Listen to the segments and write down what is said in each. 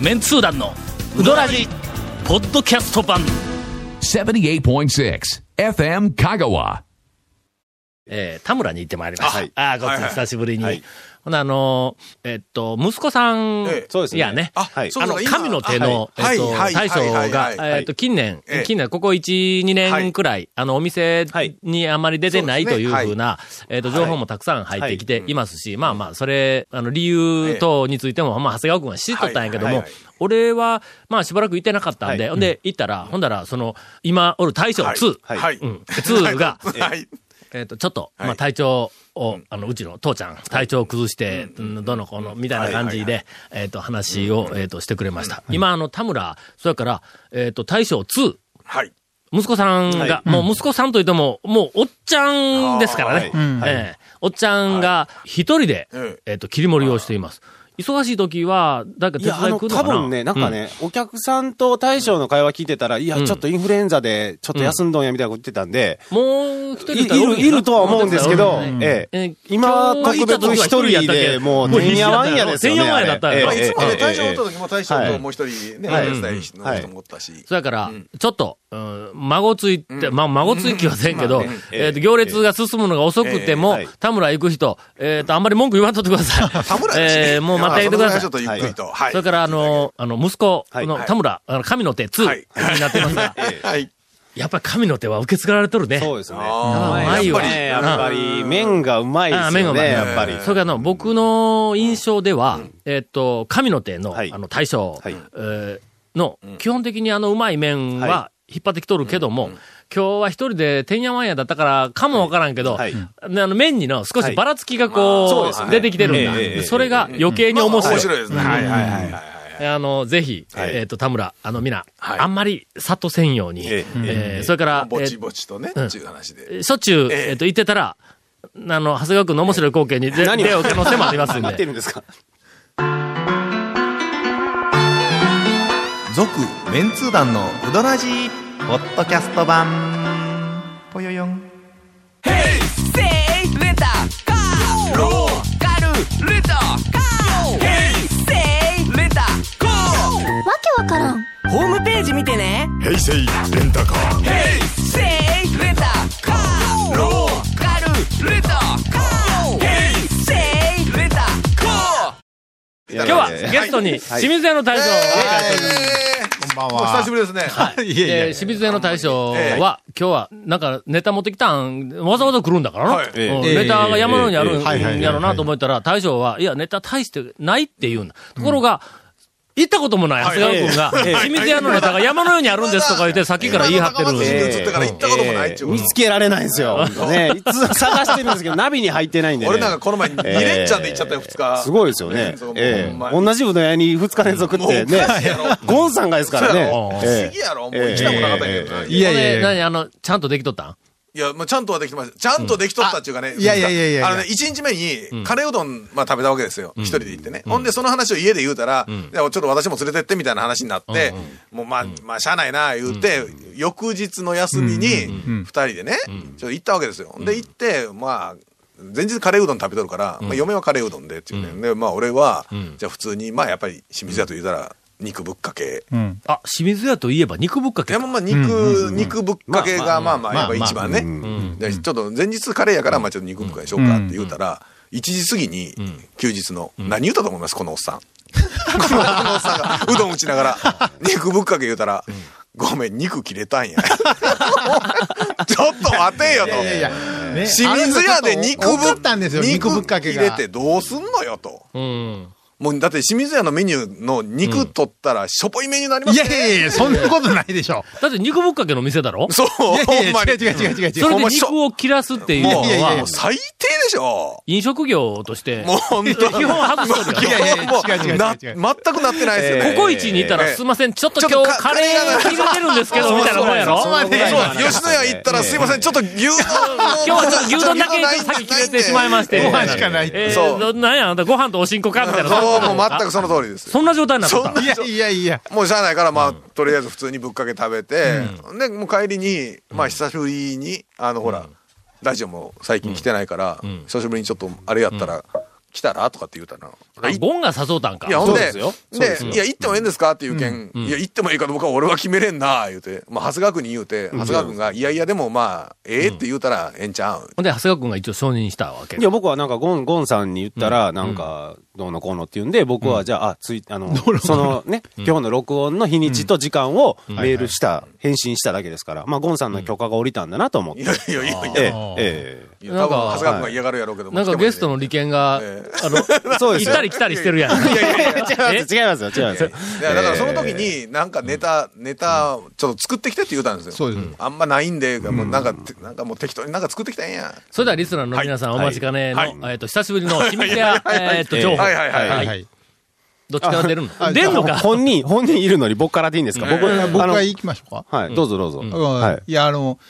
メンツー団のウドラジポッドキャスト版78.6 FM Kagawa. えー、田村に行ってまいりました。あはいああ、こっはいちはい久しぶりに。はいほな、あのー、えっと、息子さん、ええそうですねいやね、あはいそうあそうの、今神の手の、あはえいっと、はいはい大将はいがはい、はいえっと、近年ええ、近年、ここ1、2年くらい、あの、お店はいにあんまり出てないそうとですいねうふうな、えっと、情報はいもたくさん入ってきていますし、まあまあ、それ、あの、理由等についても、まあ、長谷川君は知っとったんやけどはいもはいはい、俺は、まあ、しばらく行ってなかったんで、はいほんで、行ったら、ほんだら、その、今おる大将はい2、はい。はいうん2がはい。えっ、と、ちょっと、はいまあ、体調を、あの、うちの父ちゃん、体調を崩して、うんどうのこうの、みたいな感じで、えっ、と、話を、えっ、と、してくれました。今、あの、田村、それから、えっ、と、大将2、はい。息子さんが、もう息子さんといっても、もうおっちゃんですからね。あええおっちゃんが一人で、うんえっ、と、切り盛りをしています。忙しい時は、誰かい手や、あ伝いの、来るの多かな分ね、なんか、ね、お客さんと大将の会話聞いてたら、いや、ちょっとインフルエンザで、ちょっと休んどんやみたいなこと言ってたんで、うんもう一人いいかる、いるとは思うんですけど、えええー、今、特別一人で、もう、てんやわんやですよね。てんやわんやだったよええまあ、ええいつもね、ええ大将と時も大将はといもう一人ね、はいスタイリッシュの人もおったし。それから、ちょっと、うん、孫ついて、まあ、孫ついきはせんけど、えっと、行列が進むのが遅くてもええはい、田村行く人、えっと、あんまり文句言わんとってください。 田村ですねえーもう待ってあげてくだまさあそのい。辺はちょっとゆっくりと。はい。それから、あの、あの、息子のはい田村、あの、神の手はい2になってますが、はい。やっぱり神の手は受け継がれとるね。そうですね。あうまーいやっわぱり。やっぱり、麺がうまいでああ、す目がよね、前。やっぱり。それからの、僕の印象では、えっと、神の手の、はいあの、大将、はいえーの、基本的にあの、うまい麺はは引っ張ってきとるけども、今日は一人で、てんやわんやだったから、かもわからんけど、はいねあの、麺にの少しばらつきがそうこですう、ね出てきてるんだ。ええええでそれが余計に面まあ白面い。白いですね。はいはいはいはい。あの、ぜひ、はいえっと、田村、あの、皆、はいあんまり、さっとせんように、えええーそれから、ぼえちーぼちとね、っていう話で。しょっちゅう、えええっと、行ってたら、あの、長谷川君の面白い光景に出何を出会う可能性もあり ますん合ってで。るんですか続メンツー団のウドラジーポッドキャスト版ぽよよんせいレンタカーローカルレンタカーヘイセイレンタカーわけわからんホームページ見てねヘイセイレンタカーヘイセイレンタカーローカルレンタカーヘイセイレンタカー今今日はゲストに清水屋の大将を迎えております。こんばんは。お久しぶりですね。はい。えー清水屋の大将ええは、今日は、なんかネタ持ってきたん、わざわざ来るんだからな。はいうんええネタが山のようにあるえんやろなと思ったら、大将は、いや、ネタ大してないって言うんだ。ところが、行ったこともない長谷川君が、はいええ清水屋のネタが山のようにあるんですとか言って、さっきから言い張って今の高松市る。で映ったから行ったこともないっちゅうこと見つけられないんですよ。ね、いつ探してるんですけど、ナビに入ってないんでね。俺なんかこの前、二連チャンで行っちゃったよ、二日。すごいですよねそう。えほんえまに同じうどん屋に2日連続ってもうおねかしいやろ。ゴンさんがですからね。そう不思ええ議やろ、もう行きたくなかったんやけどな。いいやいや何、あの、ちゃんとできとったんや、まあちゃんとはできてました。ちゃんとできとったっていうかね。いやいやいやいやあのね、一日目に、カレーうどん、まあ食べたわけですよ。一人で行ってね。ほんで、その話を家で言うたら、じゃあちょっと私も連れてってみたいな話になって、もうまあ、まあ、しゃあないな、言うて、翌日の休みに、二人でね、ちょっと行ったわけですよ。で、行って、まあ、前日カレーうどん食べとるから、まあ、嫁はカレーうどんでっていうね。で、まあ俺は、じゃあ普通に、まあやっぱり清水屋と言うたら、肉ぶっかけあ、清水屋といえば肉ぶっかいけやか。まあまあ肉、肉ぶっかけがまあまあやっぱ一番ね、でちょっと前日カレーやからまあちょっと肉ぶっかけしようかって言うたら、1時過ぎに休日の、何言うたと思いますこのおっさん このおっさんがうどん打ちながら肉ぶっかけ言うたら、ごめん肉切れたんや ちょっと待てよと清水屋で肉ぶぶったんですよ、肉ぶっかけが。入れてどうすんのよとうん。もうだって清水屋のメニューの肉取ったらしょぼいメニューになりまいすねやいやいや、そんなことないでしょ。だって肉ぶっかけの店だろそういやいほんまにや、違う違う違う違うそう違。れほんでましょ肉を切らすっていうのもういやいやいはや、最低でしょ飲食業として、もう本当に基本外しとるよ基ね。本もいやいや違う違う違う違うな全くなってないですよね。ココイチにいたら、ええすいません、ちょっとち今ょっと日カカレカレーーが切れてるんですけど、みたいなもんやろそうそうそうそうそう、吉野家行ったら、すいません、ちょっと牛丼。今日はちょっと牛丼だけ先切れてしまいまして。ご飯しかないって。えそうー、なんや、あんたご飯とおしんこかみたいな。 そう、もう全く。くその通りです。そんな状態になっとったそんないやいやいや。もうしゃあないから、まあ、とりあえず普通にぶっかけ食べて、で、もう帰りに、まあ、久しぶりに、あの、ほら、ラジオも最近来てないから、久しぶりにちょっと、あれやったら、来たらとかって言うたな。あいゴンが誘うたんか。いや、ほんで、そうですでよいや、行ってもええんですかっていう件、いや、行ってもいいかどうかは俺は決めれんな、言うて、まあ、長谷川君に言うて、長谷川君が、いやいや、でもまあ、ええって言うたら、ええんちゃうほんで、長谷川君が一応承認したわけ。いや、僕はなんか、ゴン、ゴンさんに言ったら、なんか、どうのこうのって言うんで、僕はじゃあ、あ、つい、あの、そのね、今日の録音の日にちと時間をメールした、返信しただけですから、まあ、ゴンさんの許可が下りたんだなと思って。いえやいやいやいやえ、ーええ。いや、多分、なんか長谷川君が嫌がるやろうけども、なんかゲストの来利権が、えあの、そうで行すよったり来たりしてるやん。てもええねんいやいやいや。 違いますよ、違いますよ、違いますよ。いやだからその時に、なんかネタ、ネタ、ちょっと作ってきてって言うたんですよ。そうですあんまないんで、もうなんか、てなんかもう適当になんか作ってきたんや。それではリスナーの皆さん、お待ちかねの、はいえっ、と、久しぶり の秘密や、えっと、情報。はいはいはい。ははいい、はい。どっちから出るのあ出んのか本人、本人いるのに僕からでいいんですか僕、あ僕のは行きましょうか。はい、どうぞどうぞ。うんはい。いや、あの、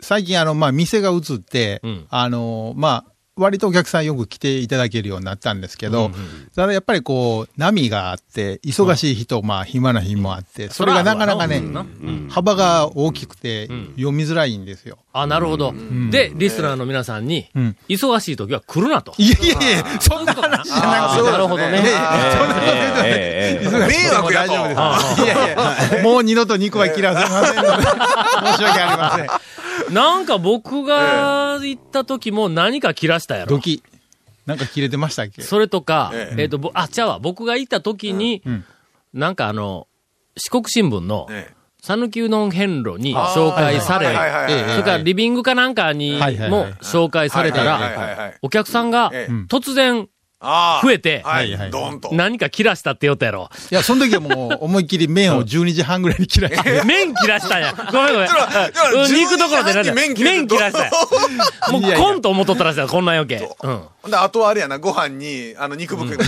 最近、あの、まあ、店が移って、んあの、まあ、割とお客さんよく来ていただけるようになったんですけど、ただやっぱりこう、波があって、忙しい日と、まあ、暇な日もあって、それがなかなかね、幅が大きくて、読みづらいんですよ。あ、なるほど、で、リスナーの皆さんに、ん忙しい時は来るなと。いやいやいや、そんな話じゃなあそうーですねなるほどね。ええええええくて、迷惑や大と。丈夫あです。いやいや、もう二度と肉は切らせま せんので、申し訳ありません。なんか僕が行った時も何か切らしたやろド。キ。なんか切れてましたっけそれとか、えっ、ええと、ぼあ、ちゃうわ、僕が行った時に、んなんかあの、四国新聞の、ええ讃岐うどん遍路に紹介され、はいはいはいはいそれからリビングかなんかにはいはいもはい紹介されたはいはいはいはいはらい、お客さんがええ突然あー増えてはいはいは、いドーンと。何か切らしたって言ったやろ。いや、その時はもう、思いっきり麺を12時半ぐらいに切らし て。麺切らしたんや。ごめんごめん。うん12肉どころでなんだ時半麺に麺切切らしれてたんや。もういやいやコンと思っとったらしいやこんなん余計。うん。ほんで、あとはあれやな、ご飯に、あの、肉袋に、肉で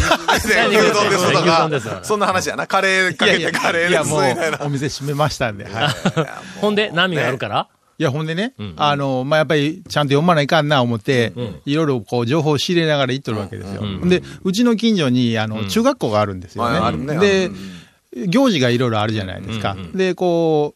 肉牛丼ですと牛丼ですか、そんな話やな。カレーかけてカレーいでや、すもみうたいな。、お店閉めましたんで、はい。ほんで、波があるから、いや、ほんでね、あの、まあ、やっぱり、ちゃんと読まないかんな、思って、いろいろこう、情報を仕入れながら行っとるわけですよ。で、うちの近所に、あの、中学校があるんですよね。はいあるねでう、行事がいろいろあるじゃないですか。で、こ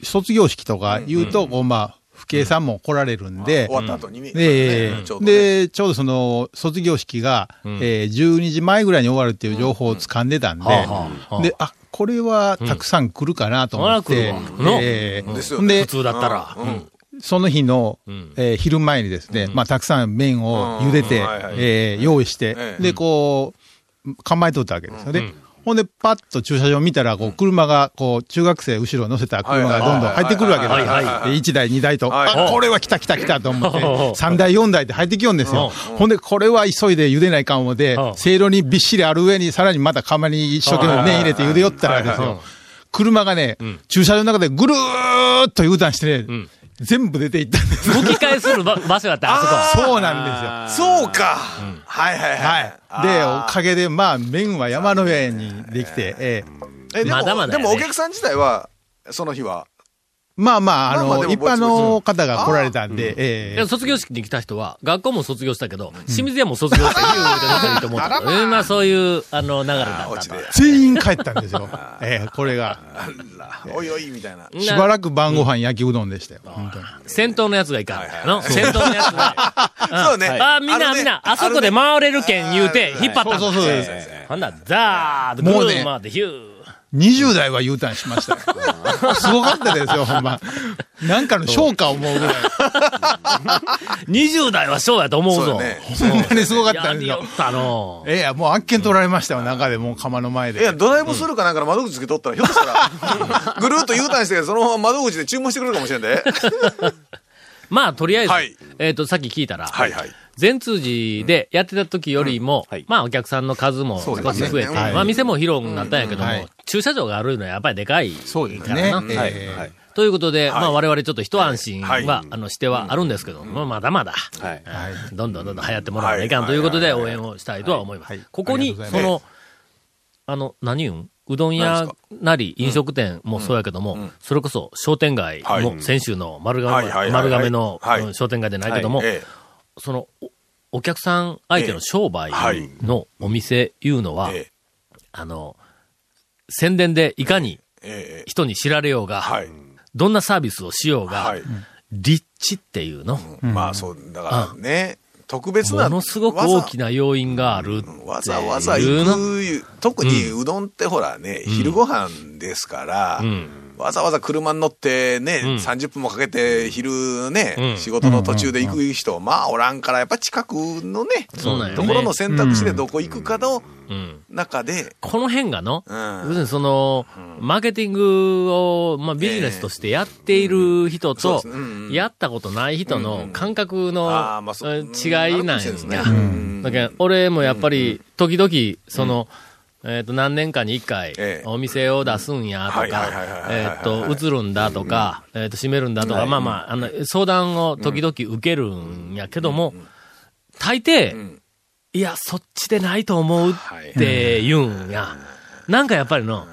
う、卒業式とか言うと、こうまあ、父兄さんも来られるんで、終わった後にね。で、ねちょうどねで、ちょうどその、卒業式が、えー12時前ぐらいに終わるっていう情報を掴んでたんで、うんうんはあはあで、あ、これはたくさん来るかなと思って、うんあら来るわえーですよほんねで普、通だったら。うんうんその日の、えー昼前にですね、まあ、たくさん麺を茹でうて、んはいはいえー用意して、ええで、こう、構えとったわけですよね。ほんで、パッと駐車場見たら、こう、車が、こう、中学生後ろ乗せた車がどんどん入ってくるわけですよ。はいはいはいで1台、2台と、はいあ、これは来た来た来たと思って、うん3台、4台って入ってきよんですよ。ほんで、これは急いで茹でないかん思でうん、せいろにびっしりある上に、さらにまた釜に一生懸命麺入れて茹でよったらですよ。車がね、駐車場の中でぐるーっと U ターンしてね、全部出ていったん です。吹き返するば場所やった、あそこ。そうなんでそうか。はいはいすよ。はい。で、おあーかげで、まあ、麺は山の上にできて、えええでもまだまだやでねもお客さん自体は、その日は。まあまあ、あの、まあまあで一もぼちぼち般の方が来られたんで、えいえや卒業式に来た人は、学校も卒業したけど、清水屋も卒業して、言うてなと思った。うんまあそういう、あの、流れだっ落たちとて。。全員帰ったんですよ。ええこれが。あらおいおい、みたいな。しばらく晩ご飯焼きうどんでしたよ。本当に。先頭のやつがいかん。の先頭のやつが。そうね。あ、みんのな、ねみんな、あそこでのね回れるけん言うて、引っ張ったんだ。そうそうそうですええほんなら、ザーッとぐるーっと回って、ヒュー。 20代は U ターンしましたよ。 すごかったですよ、ほんま。なんかの賞か思うぐらい。 20代はそうやと思うそうぞ。よね。 ほんまにすごかったやんりですよよ。ったの。ええもう案件取られましたよ、中でもう釜の前いや、で。ドライブするかなんかの窓口つけとったら、ひょっとしたら、ぐるーっと U ターンして、そのまま窓口で注文してくれるかもしれんで。まあ、とりあえず、はいえっ、と、さっき聞いたら、はいはい全通寺でやってた時よりも、はいまあ、お客さんの数も少し増えて、そうですねはいまあ、店も広くなったんやけども、はい駐車場があるのはやっぱりでかい。そうですね。えはいえはいということで、まあ、我々ちょっと一安心は、はいあの、してはあるんですけども、まあまだまだ、はいあーどんどんどんどん流行ってもらわないかんということで、応援をしたいとは思います。ここあにり、がとそうございの、あの、何うんうどん屋なり飲食店もそうやけども、それこそ商店街はいも先週の丸はいはいは亀いはい丸亀のはいうん商店街でないけども、ええその、おお客さん相手の商売ええはいのお店いうのは、えあの、宣伝でいかにえええ人に知られようが、はい。どんなサービスをしようが、はい。立地っていうの、まあ、そう、だからね。特別な。ものすごく大きな要因があるっていうな。わざわざ行く、特にうどんってほらね、昼ご飯ですから、んわざわざ車に乗ってね、ん30分もかけて昼ね、ん仕事の途中で行く人、まあおらんから、やっぱ近くのね、そうなんよねところの選択肢でどこ行くかのうん中で、この辺がの、うん要するにその、マーケティングを、まあ、ビジネスとしてやっている人そとうですねうん、やったことない人の感覚のあーまあそううん違いなんあるかもしれないやですねうん。だけど、俺もやっぱり、時々、その、えっ、と、何年かに一回ええ、お店を出すんやとはいはいはいはいか、はいはえいっと、移るんだとか、えっと、閉めるんだとか、まあまあ、あの、相談を時々受けるんやけども、大抵、んいや、そっちでないと思うって言うんや。なんかやっぱりの、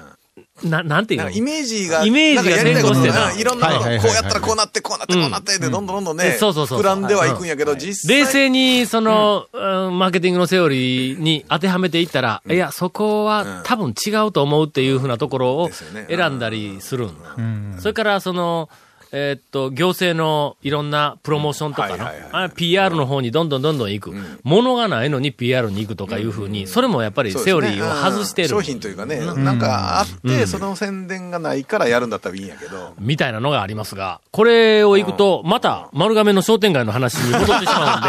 な、なんていうなんのかイメージが、イメージがんかやりたいこと先行してなうんいろんなの、こうはいはいはいはいやったらこうなって、こうなって、こうなって、で、どんどんどんどんうんね、そうそうそう膨らんではいくんやけど、実際。冷静に、その、うんマーケティングのセオリーに当てはめていったら、いや、そこは多分違うと思うっていうふうなところをですよねうん選んだりするんだ。それから、その、えーっと、行政のいろんなプロモーションとかはいのはいはい、あ PR の方にどんどんどんどん行く。物がないのに PR に行くとかいうふうに、それもやっぱりそうでセすオねリーを外してる。うん商品というかね、なんかあって、その宣伝がないからやるんだったらいいんやけど。みたいなのがありますが、これを行くと、また丸亀の商店街の話に戻ってし まうん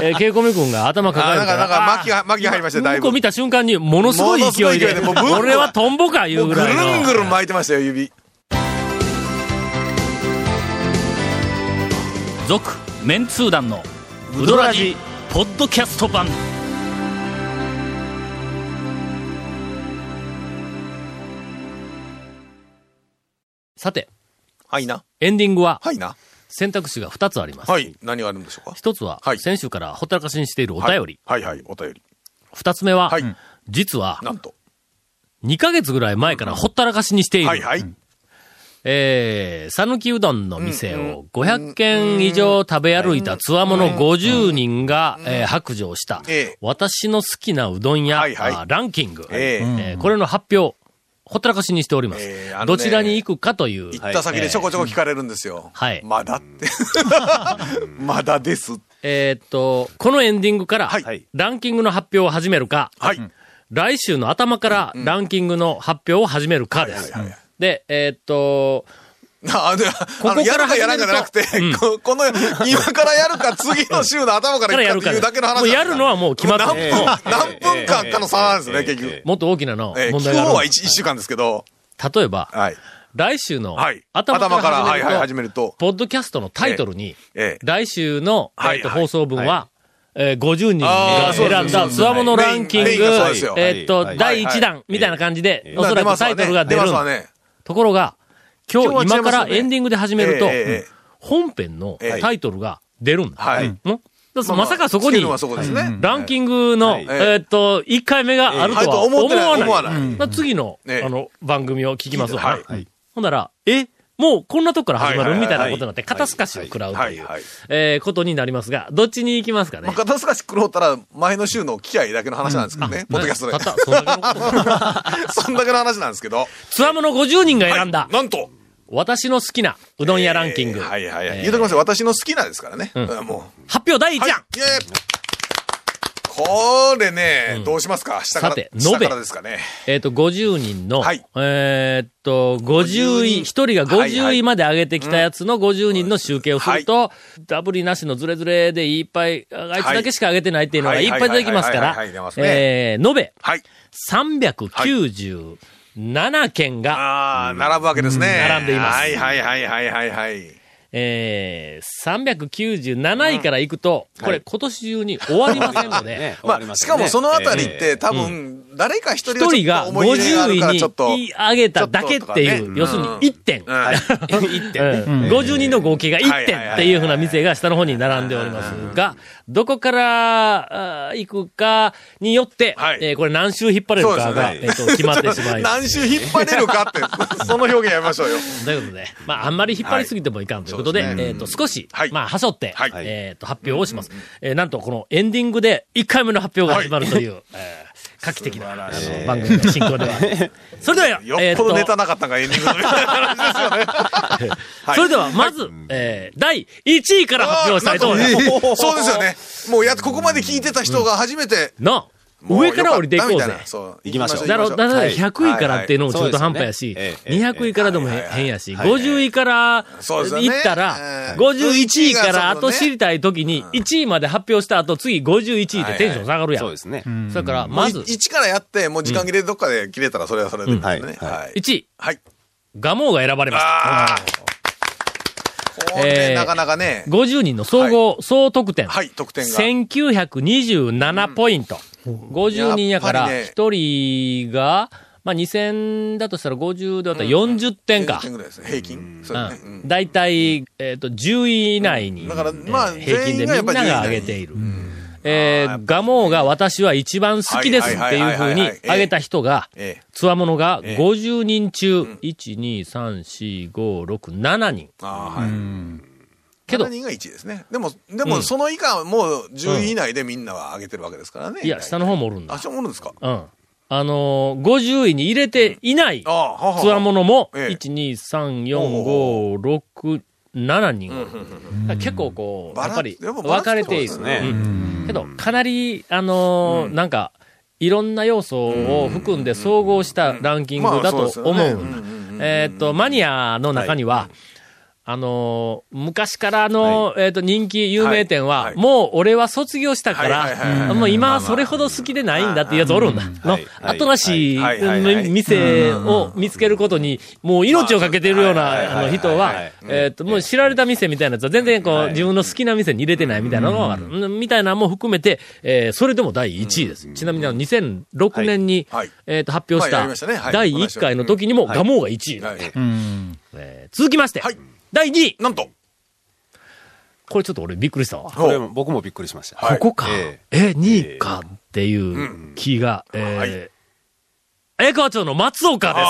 で、えー、ケイコミ君が頭抱あ、えなるかんか、なんら、か、巻きが、巻きが入りましたよ、だ向いこぶ。うも見た瞬間に、ものすごい勢いで、ものすごい勢いでもうブンブン俺はトンボかいううぐぐらいるんぐの。るん巻いてましたよ、指。続メンツー団のウドラジポッドキャスト版さて、はいな。エンディングははいな。選択肢が2つあります。はい。何があるんでしょうか。 1つはは、い先週からほったらかしにしているお便り。はいはいはい、お便り。 2つ目ははい、実は、なんと。 2ヶ月ぐらい前からほったらかしにしていはいる、はい。えー、さぬきうどんの店を500軒以上食べ歩いたつわもの50人が、えー白状したええ、私の好きなうどん屋、あはいはいーランキング。えええーこれの発表、ほったらかしにしております。ええあのねどちらに行くかという。行った先でちょこちょこ聞かれるんですよ。はいまだって。 まだです。えーえーっと、このエンディングから、はいランキングの発表を始めるか、はい。来週の頭からランキングの発表を始めるかです。で、えーっと、あでこあの、やるかやらんかじゃなくて、ここの、今からやるか、次の週の頭からやるかっていうだけの話もうやるのはもう決まってる何分、何分間かの差なんですね、結局。もっと大きなのえー、問聞題くがある方のは一一週間ですけど、例えば、はい。来週のはい頭から頭から始めると、はいはい始めるとポッドキャストのタイトルに、ええ来週の、はいえっとはい放送分は、えー50人あがーそうです選んだつわものランキング、メインメインがそうですよえっと、はい第1弾みたいな感じで、おそらくタイトルが出出る。ますわね。ところが、今日、今日は違今いまかすよねらエンディングで始めると、ええええええ本編のタイトルが出るんだ。はいうんだからまさかそこつけにるの、はそこですね。 ランキングの、はいえーっと、1回目があるとはいはと思わ思ってないない。思わないだから次の、ええあの、番組を聞きますわな、はいはほんなら、えもうこんなとこから始まる、はいみはいたはいいなことになって、肩透かしを食らうと、はいいうはい。えーことになりますが、どっちに行きますかねまあ、。片透かし食ろうたら、前の週の機会だけの話なんですけどね、ポッドキャスたトで っ。た、そんだけのことそんだけの話なんですけど。つわもの50人が選んだ、なんと私の好きなうどん屋ランキング。えーはいはいはい。えー言うときますよ、私の好きなんですからね。うんもう。発表第1はい、弾、イエーイこれね、どうしますか下から、さて下か延べらですかね。えっ、と、50人の、はいえーっと、50位、 50 1人がはい50は位いまで上げてきたやつの50人の集計をすると、ダブリなしのズレズレでいっぱい、ああいつだけしか上げてないっていうのがはいいっぱい出てきますかはらいはいはいはいはい出ます、ねえー、延べはい。 397件が、ああ、並ぶわけですね。並んでいますはいはいはいはいはいはい。えー、397位からいくと、これ今年中に終わりませんので、ねまあ、しかもそのあたりっ、終わて、多分、誰か一人一人がちょっと思い入れがあ50るからちょっと位に上げただけっていちょっととかう、ね要するに1点。う んはいうん50人の合計が1はいはいはい点はいっていうふうな店が下の方に並んでおりますが、どこからあー行くかによって、はいえーこれ何周引っ張れるかが、そうえーと決まってしまいます。 何周引っ張れるかって、 その表現やめましょうよ。ということで、まあ、あんまり引っ張りすぎてもいかんということで、はいそうですえっ、と、少し、はいまあ、はしょって、はいえっ、と、発表をします。えーなんと、このエンディングで1回目の発表が始まるという、えー画期的な素晴らしいあの番組の進行では。それでは、よえっー とぽどネタなかったんか、エンディングの話ですよね。はいそれでは、まず、えー第1位から発表したいと思います。 そうですよね。もうやっとここまで聞いてた人が初めて、の、もう上から降りていこうよかったぜみた。なそう行きましょうだろ、行だきましかょうらはい100位からっていうのもはい中はい途半端やし、そうですよねええええ200位からでもはいはいはい変やし、はいはい50位からそうですよね行ったらえ、え51位から51位がその後ね知りたい時に、1位まで発表した後、次51位ってテンション下がるやそうでん。すね。それから、まず、い一からやって、もう時間切れでどっかで切れたらそれはそれでですね。うんはいはい。 1位、はい。ガモーが選ばれました。ああ。こえーれ、なかなかね。 50人の総合、総得点。はい、得点が。 1927ポイント。50人やから、やっ1人が、まあ、2000だとしたら50で割ったら40点か。ぐらいですね。平均。そうですね。うん大体、えっ、と、10位以内に、だからまあえー平均でみん全員がなやっがぱり10位以内に上げている。えー、ガモーが私は一番好きですっていうふうに上げた人が、ええ。つわものがええ50人中、1、2、3、4、5、6、7人。ああ、はい。けど7、人が1位ですね。でも、でも、その以下はもう10位以内でみんなは上げてるわけですからね。いや、下の方もおるんあ、だ。下もおるんですかうん。あのー、50位に入れていないああ、ははつわものも、ええ1、2、3、4、5、6、7人おる。だから結構こう、バやラっぱりでも分バラかれていそる。うですねうんけど、かなり、あのーなんか、いろんな要素を含んで総合したランキングだと思まあそううですよねうんうんうんんだ。えーっと、マニアの中には、あのー昔からの、えーっと、人気有名店は、はいはいもう俺は卒業したかはいはいはいら、はいもう今はそれほど好きでないんだっていうやつおるんだ。のはい、はい後なしはいはいはい店を見つけることに、もう命をかけてるようなあの人はいはいは、はいえっと、もう知られた店みたいなやつは全然こう、自分の好きな店に入れてないみたいなのがある。うんみたいなのも含めて、えーそれでも第1位です。ちなみにあの、2006年にはい、えっと、発表しまあやりましたねはたい第1回の時にも、ガモーが1位はだい。うん。えー続きましてはい、第2位。なんと。これちょっと俺びっくりしたわ。これも僕もびっくりしました。はいここか。ええ、2位かっていう気が、はえいー、江川町の松岡で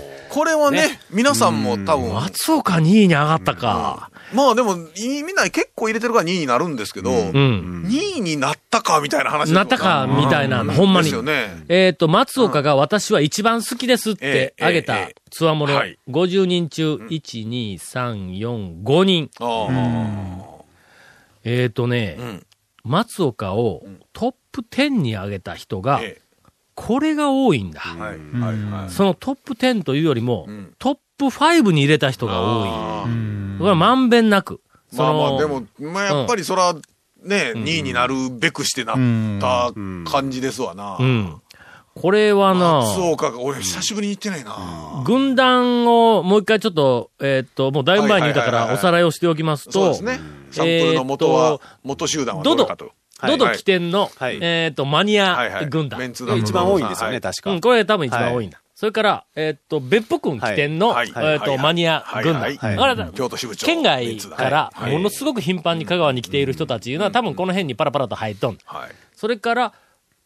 す。これはね、皆さんも多分、松岡2位に上がったか。まあでも、いみんな結構入れてるから2位になるんですけど、うん。 2位になったかみたいな話なったか、みたいな、うほんまに。ですよね。えっ、と、松岡が私は一番好きですってええあげえたえつわものはい、 50人中、1、2、3、4、5人。ああえっ、とね、ん松岡をトップ10に上げた人が、えこれが多いんだ。えはい、はい、はい。そのトップ10というよりも、んトップ5に入れた人が多ああい。これはまんべんなく。まあまそのあ、でも、まあやっぱりそら、ね、2位になるべくしてなった感じですわな。うん。これはな、松岡が、俺久しぶりに行ってないな。軍団をもう一回ちょっと、えーっと、もうだいぶ前に言ったかはいらはいはいはいおさらいをしておきますそうと、ですね。サンプルの元えーっはと、元集団はどれかと。どの起点の、はいえーっと、マニはいはアい。軍団。メンツえ団の一番多いんですよはね、確うん、か。これ多分一番多いんだ。それから、えーっと、別府君起点の、はいえはいーっはと、いマニア軍は団。いだはいから京都支部長。県メ外ンツ団から、はいものすごく頻繁に香川に来ている人たちいうのは、多分この辺にパラパラと入っとん。はい。それから、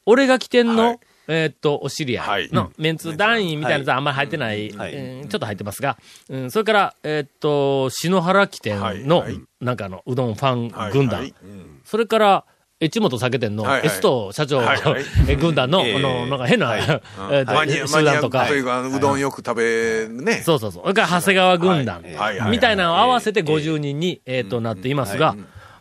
俺が起点の、はいえーっと、お知り合いはのいメンツ団員みたいなやつはあんまり入ってない、はいうんちょっと入ってますが、うん、それから、えーっと、篠原起点の、はいはいなんかあの、うどんファはンい軍団、はいうんそれから、越本酒店の、はいはいエスト社長の、はいはい軍団の、ええこの、なんか変な、 えーっとマニア、マ集ニ団アとかと、いうか、うどんよく食べ、ね。そうそうそう。それから長谷川軍団はいはいはいみたいなのを合わせて50人に、えーっと、なっていますが、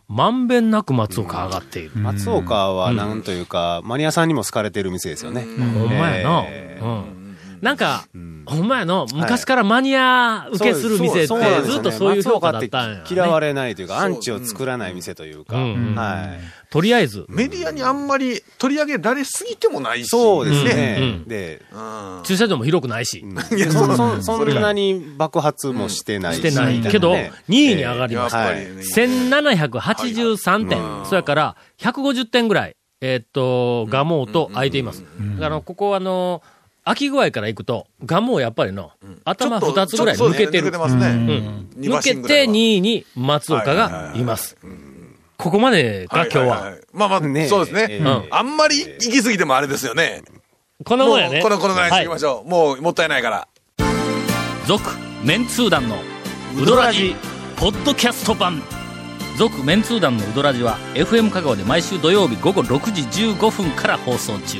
まんべんなく松岡上がっている。松岡はなんというか、マニアさんにも好かれてる店ですよね。ほんまやな。えうん。なんか、ほんまやの、昔からマニア受けする店ってそうですずっとそういう評価だったん松岡やって嫌わね。れないというか、アンチを作らない店というか、うんはとりあえず、メディアにあんまり取り上げられすぎてもないい。し。そうですね。うんうんで、うん。駐車場も広くないし、いや、そそうそそんなに爆発もしてないしてないけど、2位に上がりやまっした。ぱりね。 1783う点。んそれから、150点ぐらい、えーっと、ガモーと空いています。だから、ここはあの、秋具合から行くと、ガモーやっぱりの、頭2つぐらいちょ抜っとちけょてっとそうですね抜けるて。ますね。うん二馬抜け身ぐらいては2位に松岡がいます。ここまでが今日いいは。いまあまあ、ねえそうですね、うんあんまり行き過ぎてもあれですよね。こんなももうんやね。この、このぐらいにしはときましょう、もうもったいないから。続メンツー団のウドラジポッドキャスト版続メンツー団のウドラジは FM 香川で毎週土曜日午後6時15分から放送中